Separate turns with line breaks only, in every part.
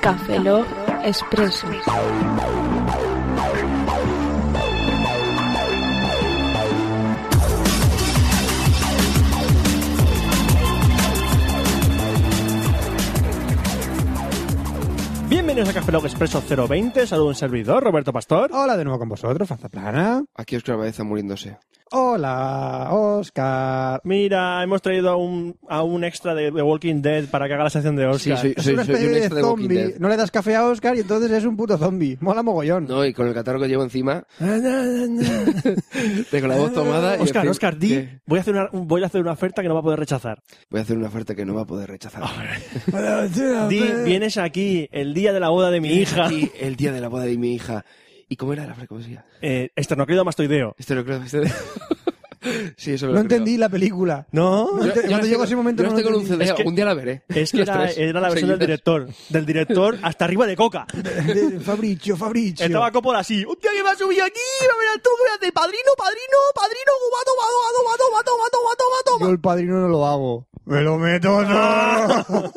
Café Log Expreso.
Bienvenidos a Café Log Expreso 020. Saludo a un servidor, Roberto Pastor.
Hola de nuevo con vosotros, Faza Plana.
Aquí Oscar Baeza muriéndose.
Hola, Oscar.
Mira, hemos traído a un, a un extra de, de Walking Dead para que haga la sección de Oscar.
Sí, soy,
Es
soy-
una
soy
especie
un
de
extra de Walking
zombie.
Dead.
No le das café a Oscar y entonces es un puto zombie. Mola mogollón.
No, y con el catarro que llevo encima, tengo la voz tomada. y, en
Ah, Oscar,
fin,
Oscar, di.
que
Voy a, hacer una, voy a hacer una oferta que no va a poder rechazar.
Voy a hacer una oferta que no va a poder rechazar.
Di, vienes aquí el día de la boda de mi hija.
Y el día de la boda de mi hija. ¿Y cómo era la frecuencia?
Eh, esternocleido mastoideo.
Este lo creo. este- sí, eso me
No
lo creo.
entendí la película.
¿No?
Yo- yo
Cuando
las
llego a
tengo-
ese momento
yo las
no lo
tengo en
entendí.
un CD.
Es que-
un día la veré.
Es que
Las
era,
tres
era la versión del
seguidas.
director. Del director hasta arriba de coca.
De- Fabricio, Fabricio.
Estaba Coppola así. ¡Hostia, que me ha subido aquí! ¡Va a ver al truco! voy a hacer ¡Padrino, padrino, padrino! ¡Va, toma, toma, toma, toma, toma, toma, toma!
Yo el padrino no lo hago. ¡Me lo meto! No.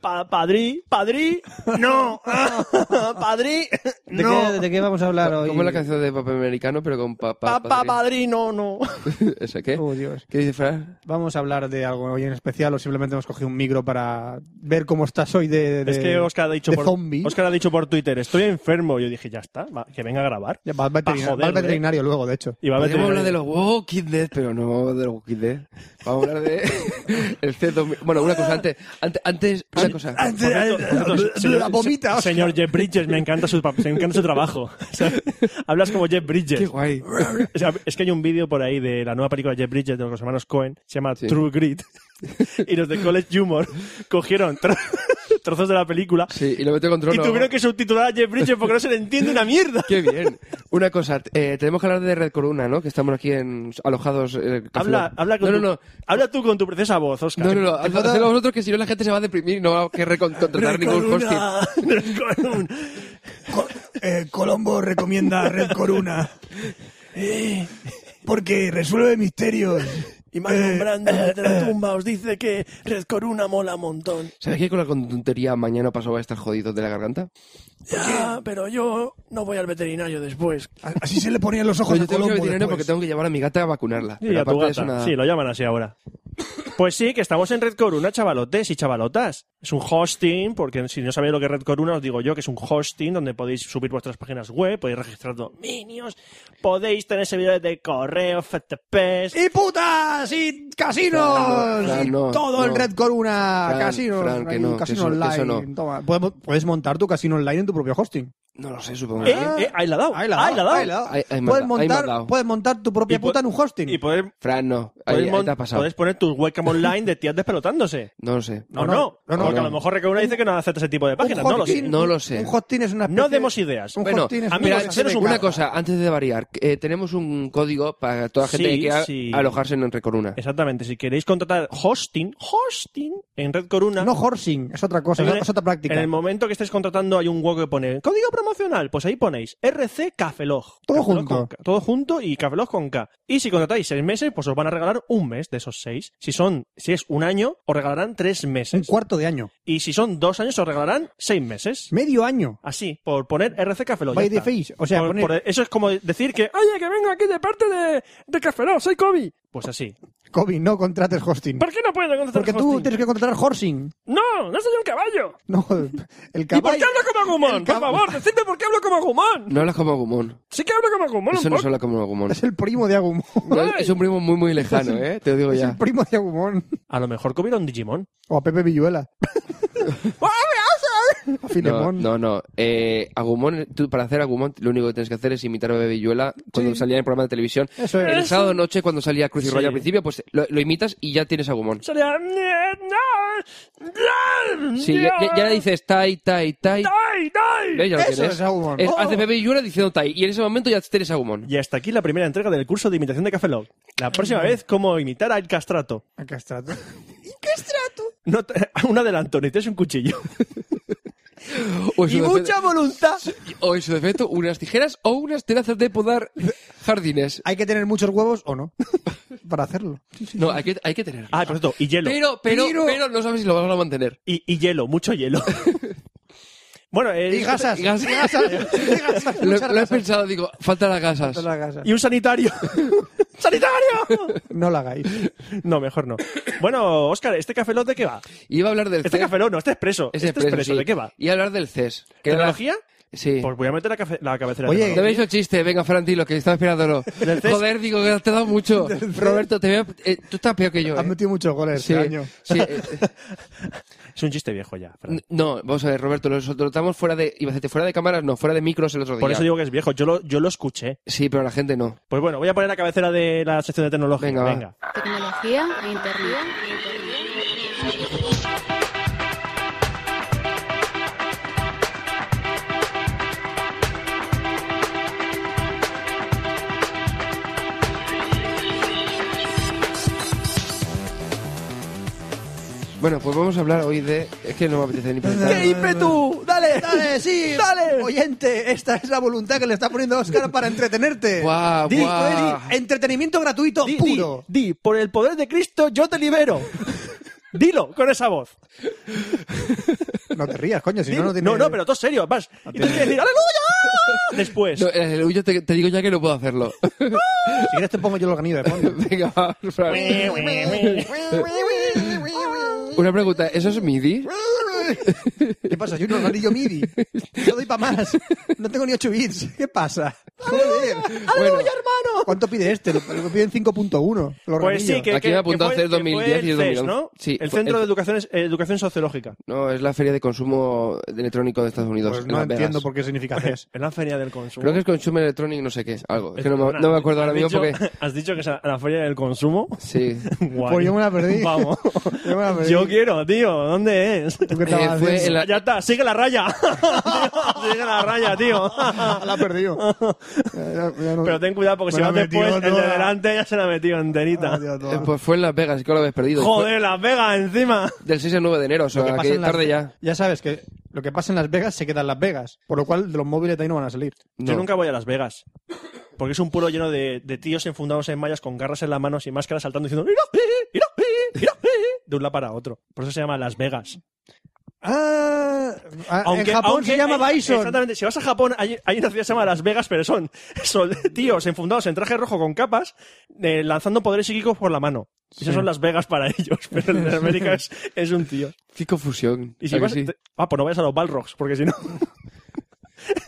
Pa- padrí, padrí, no. padrí,
¿De,
no.
qué, de qué vamos a hablar hoy?
Como la canción de papel americano, pero con papá.
Papá, padrino, no.
¿Esa qué?
Oh, Dios.
¿Qué dice Fran?
¿Vamos a hablar de algo hoy en especial o simplemente hemos cogido un micro para ver cómo estás hoy de, de-
Es que Oscar ha, dicho
de
por,
zombie?
Oscar ha dicho por Twitter, estoy enfermo. Yo dije, ya está, va, que venga a grabar.
Ya, va al
Pa'
veterinario, va
joder,
al veterinario luego, de hecho.
¿eh? Y va a veterinario.
Podríamos hablar de los Walking Dead, pero no de los Walking Dead. Vamos a hablar de el C2000. Bueno, una cosa antes. Antes, antes una cosa.
Por cierto, por cierto, señor-
la vomita, Oscar.
Señor Jeff Bridges, me encanta su, pa- me encanta su trabajo. O sea, Hablas como Jeff Bridges.
Qué guay.
O sea, es que hay un vídeo por ahí de la nueva película de Jeff Bridges de los hermanos Cohen, se llama
Sí.
True Grit. y los de College Humor cogieron tro- trozos de la película
Sí, y lo metió con
y
trono.
tuvieron que subtitular a Jeff Bridges porque no se le entiende una mierda.
Qué bien. Una cosa, eh, tenemos que hablar de Red Corona, ¿no? Que estamos aquí en, alojados. eh,
Habla, habla, con
no, no,
tu-
no.
habla tú con tu preciosa voz, Oscar.
No, no, no. Hacedlo
falta-
vosotros que si no la gente se va a deprimir y no va a querer con- contratar ningún hosting.
Eh, Colombo recomienda Red Corona. Eh, porque resuelve misterios.
Y más nombrando de la tumba os dice que Red Corona mola un montón.
¿Sabes que con la tontería mañana pasó va a estar jodido de la garganta?
Ya, pero yo no voy al veterinario después.
Así se le ponían los
No, Pues yo tengo que ir al veterinario porque tengo que llevar a mi gata a vacunarla.
Y
Pero
a tu
aparte de eso,
gata.
nada.
Sí, lo llaman así ahora. Pues sí, que estamos en Red Corona, chavalotes y chavalotas. Es un hosting, porque si no sabéis lo que es Red Corona, os digo yo que es un hosting donde podéis subir vuestras páginas web, podéis registrar dominios, podéis tener servidores de correo, FTPs.
¡Y putas! ¡Y casinos!
Fran,
¡Y
no,
todo
no.
el Red Corona!
Fran,
¡Casinos!
Fran, que
Hay
no,
un
que
casino
eso- que
online.
eso no.
Toma, podemos- puedes montar tu casino online en tu propio hosting.
No lo sé, supongo.
Eh, eh, ahí la ha dado.
Ahí la ha
ahí la ha
dado,
dado.
ahí la ha dado.
Ahí- ahí me ha dado, ahí
puedes,
me ha
montar,
dado.
puedes montar tu propia
Y po-
puta en un hosting.
Y poder,
Fran, no. Ahí,
podéis
ahí
mon-
te ha pasado.
podéis poner tus webcam online de tías despelotándose.
No lo sé.
No, no.
No, no, no, no,
porque a
no.
lo mejor Red Corona dice que no acepta ese tipo de páginas. No lo sé.
hosting-
No lo sé.
Un hosting es una
No
especie-
demos ideas.
Un
Bueno,
hosting es
amigos,
una
haceros un
una
caja.
cosa, antes de variar, eh, tenemos un código para toda gente
Sí,
que quiera
sí.
alojarse en Recoruna.
Exactamente, si queréis contratar hosting, hosting en Red Corona.
No horsing, es otra cosa,
en el-
es otra práctica.
En el momento que estéis contratando hay un hueco que pone código promocional, pues ahí ponéis RC Cafelog.
Todo
Cafelog
junto.
con K. todo junto y Cafelog con K. Y si contratáis seis meses, pues os van a regalar un mes de esos seis. Si son, si es un año, os regalarán tres
Un
meses.
cuarto de año.
Y si son dos años, os regalarán seis meses.
Medio año.
Así, por poner RC Cafelog.
By the face. O sea,
Por-
poner-
por- eso es como decir que, ah, oye, que vengo aquí de parte de, de Cafelog, soy Kobe. Pues así.
Kobe, no contrates hosting.
¿Por qué no puedo contratar
Porque tú
hosting?
tienes que contratar horsing.
No, no soy un caballo.
No, el
¿Y por
caballo.
qué hablo como Agumón? Por favor, decidme por qué hablo como Agumón.
No hablas como Agumón.
Sí que hablo como Agumón un
Eso no se
poco.
habla como Agumón.
Es el primo de Agumon.
No, es- es un primo muy, muy lejano, ¿eh? Te lo digo
Es
ya.
el primo de Agumon.
A lo mejor comiera un Digimon.
O a Pepe Villuela. A
No,
Filemón.
no, no. Eh, Agumón, tú para hacer Agumón, lo único que tienes que hacer es imitar a Bebe Villuela cuando
Sí.
salía en el programa de televisión.
Eso es.
El sábado noche, cuando salía Cruz y
Sí.
Raya al principio, pues lo, lo imitas y ya tienes Agumón.
Sería... eh, ¡No!
Sí, ya, ya- ya le dices tai, tai, tai.
¡Ay, ay!
¿Ves? Ya lo
Eso
tienes.
es Agumon.
Es-
Oh.
Hace Bebe Villuela diciendo tai. Y en ese momento ya tienes Agumón.
Y hasta aquí la primera entrega del curso de imitación de Café Lock. La próxima vez, cómo imitar a El Castrato.
A Castrato.
No te- un adelanto, necesitas un cuchillo.
O en su defecto-
voluntad.
O en su defecto, unas tijeras o unas tenazas de podar jardines.
Hay que tener muchos huevos o no. Para hacerlo. Sí, sí.
No, hay que, hay que tener.
Ah, por cierto, y hielo.
Pero, pero,
Pero-
pero no sabes si lo vamos a mantener.
Y, y hielo, mucho hielo. Bueno, eh,
Y gasas.
Y gasas.
Y gasas. Y gasas.
Lo,
Muchas
lo he
gasas.
pensado, digo, faltan las gasas.
No la hagas.
y un sanitario. ¡Sanitario!
No la hagáis.
No, mejor no. Bueno, Óscar, ¿este cafelot de qué va?
Iba a hablar del E
Este
CES.
cafelot no, este expreso.
Es
este
expreso,
expreso,
sí.
¿de qué va?
Iba a hablar del CES. Que era-
¿Tecnología?
Sí.
Pues voy a meter la, cafe- la cabecera.
Oye, eh,
de
Te
tecnología.
habéis hecho chiste, venga, Fran, dilo, que estaba esperándolo.
Del
E
CES.
Joder, digo, que te ha dado mucho. Roberto, te veo... eh, tú estás peor que yo,
Has
¿eh?
metido muchos goles
Sí,
este año.
sí, eh, eh,
es un chiste viejo ya. Fran.
no, vamos a ver, Roberto, lo soltamos fuera de... Iba a decirte, fuera de cámaras, no, fuera de micros el otro día.
Por eso digo que es viejo. Yo lo, yo lo escuché.
Sí, pero la gente no.
Pues bueno, voy a poner la cabecera de la sección de tecnología.
Venga, va.
Venga.
Tecnología, internet.
Bueno, pues vamos a hablar hoy de... Es que no me apetece ni presentar.
¿Qué ímpetu!
¡Dale!
Dale, sí.
Dale.
Oyente, esta es la voluntad que le está poniendo Oscar para entretenerte.
Guau,
Di-
guau.
di- Entretenimiento gratuito
Di, di,
puro.
di, por el poder de Cristo yo te libero. Dilo con esa voz.
No te rías, coño, si
Dilo.
no, no tiene...
pero todo serio. Vas. y tienes que decir ¡Aleluya! Después.
No, el aleluya te, te digo ya que no puedo hacerlo.
Si quieres te pongo yo el organillo de fondo.
Venga, va, Fran. Una pregunta, ¿eso es MIDI?
¿Qué pasa? Soy un organillo MIDI. Yo doy para más. No tengo ni 8 bits. ¿Qué pasa? Joder.
Bueno,
¿Cuánto pide este? Lo, lo piden 5.1. el
Pues sí,
organillo.
que,
Aquí
que-
me apuntó
que
a hacer
fue- que fue
2010 y
el CES,
2011.
¿no?
Sí,
el
fue-
Centro
el-
de Educación, es- Educación Sociológica.
no, es la feria de consumo electrónico de Estados Unidos.
Pues
en
no
Las Vegas.
entiendo por qué significa CES.
En la Feria del Consumo.
Creo que es Consumer Electronic, no sé qué, algo. Es que no, me-
Perdona,
no me acuerdo
has
ahora mismo
dicho-
porque...
Has dicho que es a la Feria del Consumo.
Sí.
Guay.
Pues yo me la perdí.
Vamos.
Yo me la perdí.
Yo quiero, tío. ¿Dónde es?
¿Tú qué
Eh,
estabas
fue
haciendo?
en la-
Ya está, sigue la raya. Tío, sigue la raya, tío.
Ah, La ha perdido. Ya- ya no-
Pero ten cuidado porque si
Me la
vas
metió
después, el de
toda.
delante ya se la ha metido
Ah,
enterita.
tío, toda.
Eh, Pues fue en Las Vegas, que lo habéis perdido.
Joder, Las Vegas encima.
Fue Del 6 al 9 de enero, o
Lo que
sea,
pasa
que
en Las-
tarde ya.
Ya sabes que lo que pasa en Las Vegas se queda en Las Vegas. Por lo cual, de los móviles de ahí no van a salir.
Yo
No.
nunca voy a Las Vegas. Porque es un pueblo lleno de, de tíos enfundados en mallas con garras en las manos y máscaras saltando diciendo "Ira, ii, ira, ii, ira, ii", de un lado para otro. Por eso se llama Las Vegas.
Ah, en Japón se
aunque
llama
hay-
Bison.
Exactamente. Si vas a Japón, hay, hay una ciudad que se llama Las Vegas, pero son, son tíos enfundados en traje rojo con capas, eh, lanzando poderes psíquicos por la mano. Y Esas son Las Vegas para ellos, pero en América es, es un tío.
Qué confusión.
Y si
¿A que
vas,
sí?
te- ah, pues no vayas a los Balrogs, porque si no...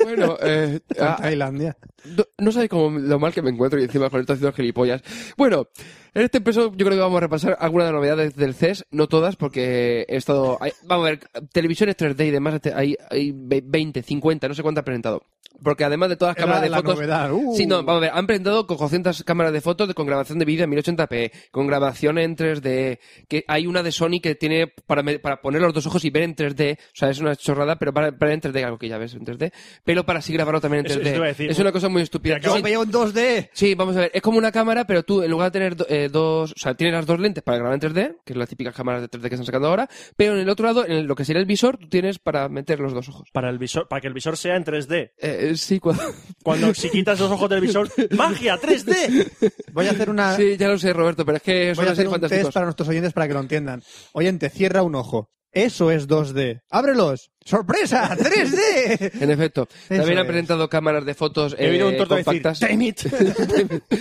Bueno, eh,
En
ah,
Tailandia.
No, no sabéis cómo lo mal que me encuentro y encima con esto haciendo gilipollas. Bueno, en este peso yo creo que vamos a repasar algunas de las novedades del CES, no todas, porque he estado... hay- vamos a ver, televisiones 3D y demás, este, hay, hay ve- 20, 50, no sé cuánto han presentado. Porque además de todas las
Era
cámaras de
la
fotos...
novedad, uh.
Sí, no, vamos a ver, han presentado cojocientas cámaras de fotos de- con grabación de vídeo en 1080p, con grabación en 3D, que hay una de Sony que tiene para, me- para poner los dos ojos y ver en 3D, o sea, es una chorrada, pero para, para en 3D, algo que ya ves en 3D, pero para sí grabarlo también en
Eso-
3D.
eso te iba a decir.
es una cosa muy estúpida.
Yo
Sí,
veo en 2D.
Sí, vamos a ver. Es como una cámara, pero tú, en lugar de tener do- eh, dos. O sea, tienes las dos lentes para grabar en 3D, que es las típicas cámaras de 3D que están sacando ahora. Pero en el otro lado, en lo que sería el visor, tú tienes para meter los dos ojos.
Para, el visor, para que el visor sea en 3D.
Eh, eh, sí, cua-
Cuando si quitas los ojos del visor, ¡magia!
Eh,
¡3D!
Voy a hacer una.
sí, ya lo sé, Roberto, pero es que
Ah. Voy a
son así
hacer un test
fantásticos.
para nuestros oyentes para que lo entiendan. Oyente, cierra un ojo. Eso es 2D. ¡Ábrelos! ¡Sorpresa! ¡3D!
En efecto. También han
es.
presentado cámaras de fotos
He
eh,
oído un torto decir,
compactas.
"Time it".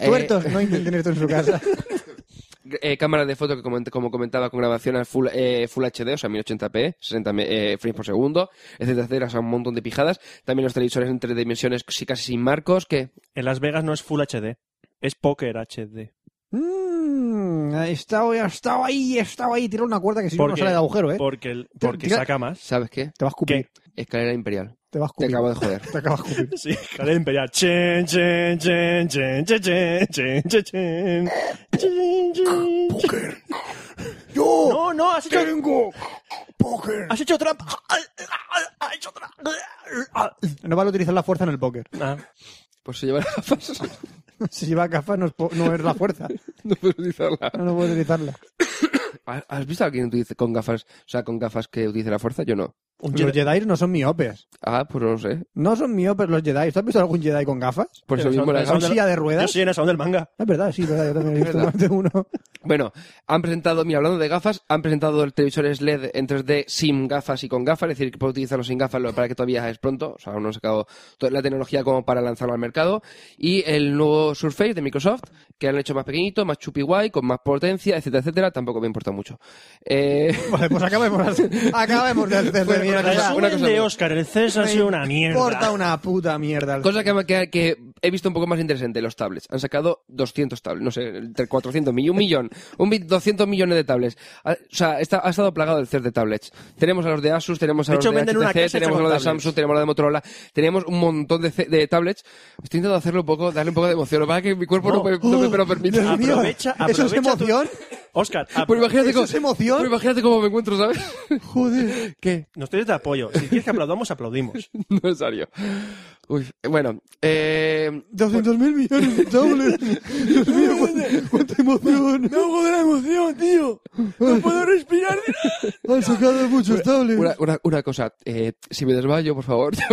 Eh,
Tuertos, no intenten esto en su casa.
eh, cámaras de foto que coment- como comentaba con grabación al full, eh, full HD, o sea 1080p, 60 me- eh, frames por segundo, etcétera, etcétera, o sea, un montón de pijadas. También los televisores en tres dimensiones sí, casi sin marcos, que
En Las Vegas no es Full HD, es Poker HD.
¿Eh? Mmm, ha estado, ha estado ahí, ha estado ahí. Tira una cuerda que si no,
Porque-
no sale del agujero, ¿eh?
Porque, el- porque
Tira-
saca más.
¿sabes qué?
Te vas a escupir.
Escalera imperial.
Te vas a
Te
escupir.
acabo de joder.
Te acabas de escupir.
Sí, Cadena Imperial. Chen, chen, chen, chen, chen, chen, chen, chen, chen. Chen, chen.
¡Yo!
No, no, has hecho,
¡Tengo! ¡Póker!
has hecho trampa. Has hecho trampa.
No vale utilizar la fuerza en el póker.
Ah,
Pues se lleva las gafas.
Si lleva gafas no es, po- no es la fuerza.
no puedo utilizarla.
No, no puedo utilizarla.
¿Has has visto a alguien utilice- con gafas, o sea, con gafas que utilice la fuerza? Yo no.
un
Los
Jedi.
Jedi no son miopes.
Ah, pues no lo sé.
No son miopes los Jedi. ¿Tú has visto algún Jedi con gafas?
Por eso
Pero
mismo
son-
la
son
gafas.
silla de ruedas?
Yo soy en el salón del manga.
Ah, Es verdad, sí, es verdad, yo también he visto
Es verdad.
más de uno.
Bueno, han presentado, mira, hablando de gafas, han presentado el televisor LED en 3D sin gafas y con gafas, es decir, que puedes utilizarlo sin gafas, lo para que todavía es pronto, o sea, aún no han sacado toda la tecnología como para lanzarlo al mercado, y el nuevo Surface de Microsoft, que han hecho más pequeñito, más chupi guay, con más potencia, etcétera, etcétera, tampoco me importa mucho. Eh,
Vale, pues acabemos, acabemos de hacer de
Bueno,
mierda.
una cosa-
Resumen de Oscar, el CES ha sido una mierda.
Porta una puta mierda.
Cosa que, que- que he visto un poco más interesante, los tablets. Han sacado 200 tablets, no sé, entre 400, mi- un millón, un mi- 200 millones de tablets. Ha- O sea, está, ha estado plagado el CES de tablets. Tenemos a los de Asus, tenemos a
De
los
hecho,
de
venden una
HTC,
casa hecha
tenemos a
con
los
tablets.
de Samsung, tenemos a los de Motorola, tenemos un montón de, ce- de tablets. Estoy intentando hacerlo un poco, darle un poco de emoción, lo que pasa es que mi cuerpo no,
No. Ah,
puede- no me, me lo permite.
Dios mío.
Aprovecha, aprovecha
¿Eso es
tu-
emoción?
Oscar, apro-
Pues imagínate,
¿Eso
cómo-
es emoción?
pues imagínate cómo me encuentro, ¿sabes?
Joder.
¿Qué?
nos tienes de apoyo. Si quieres que aplaudamos, aplaudimos.
No es serio. Uy, bueno, eh,
200 mil millones de dobles. Dios mío, cuánta, cuánta emoción.
Me ahogo de la emoción, tío. No puedo respirar.
Han sacado muchos dobles.
Una, una, una cosa, eh, si me desmayo, por favor, yo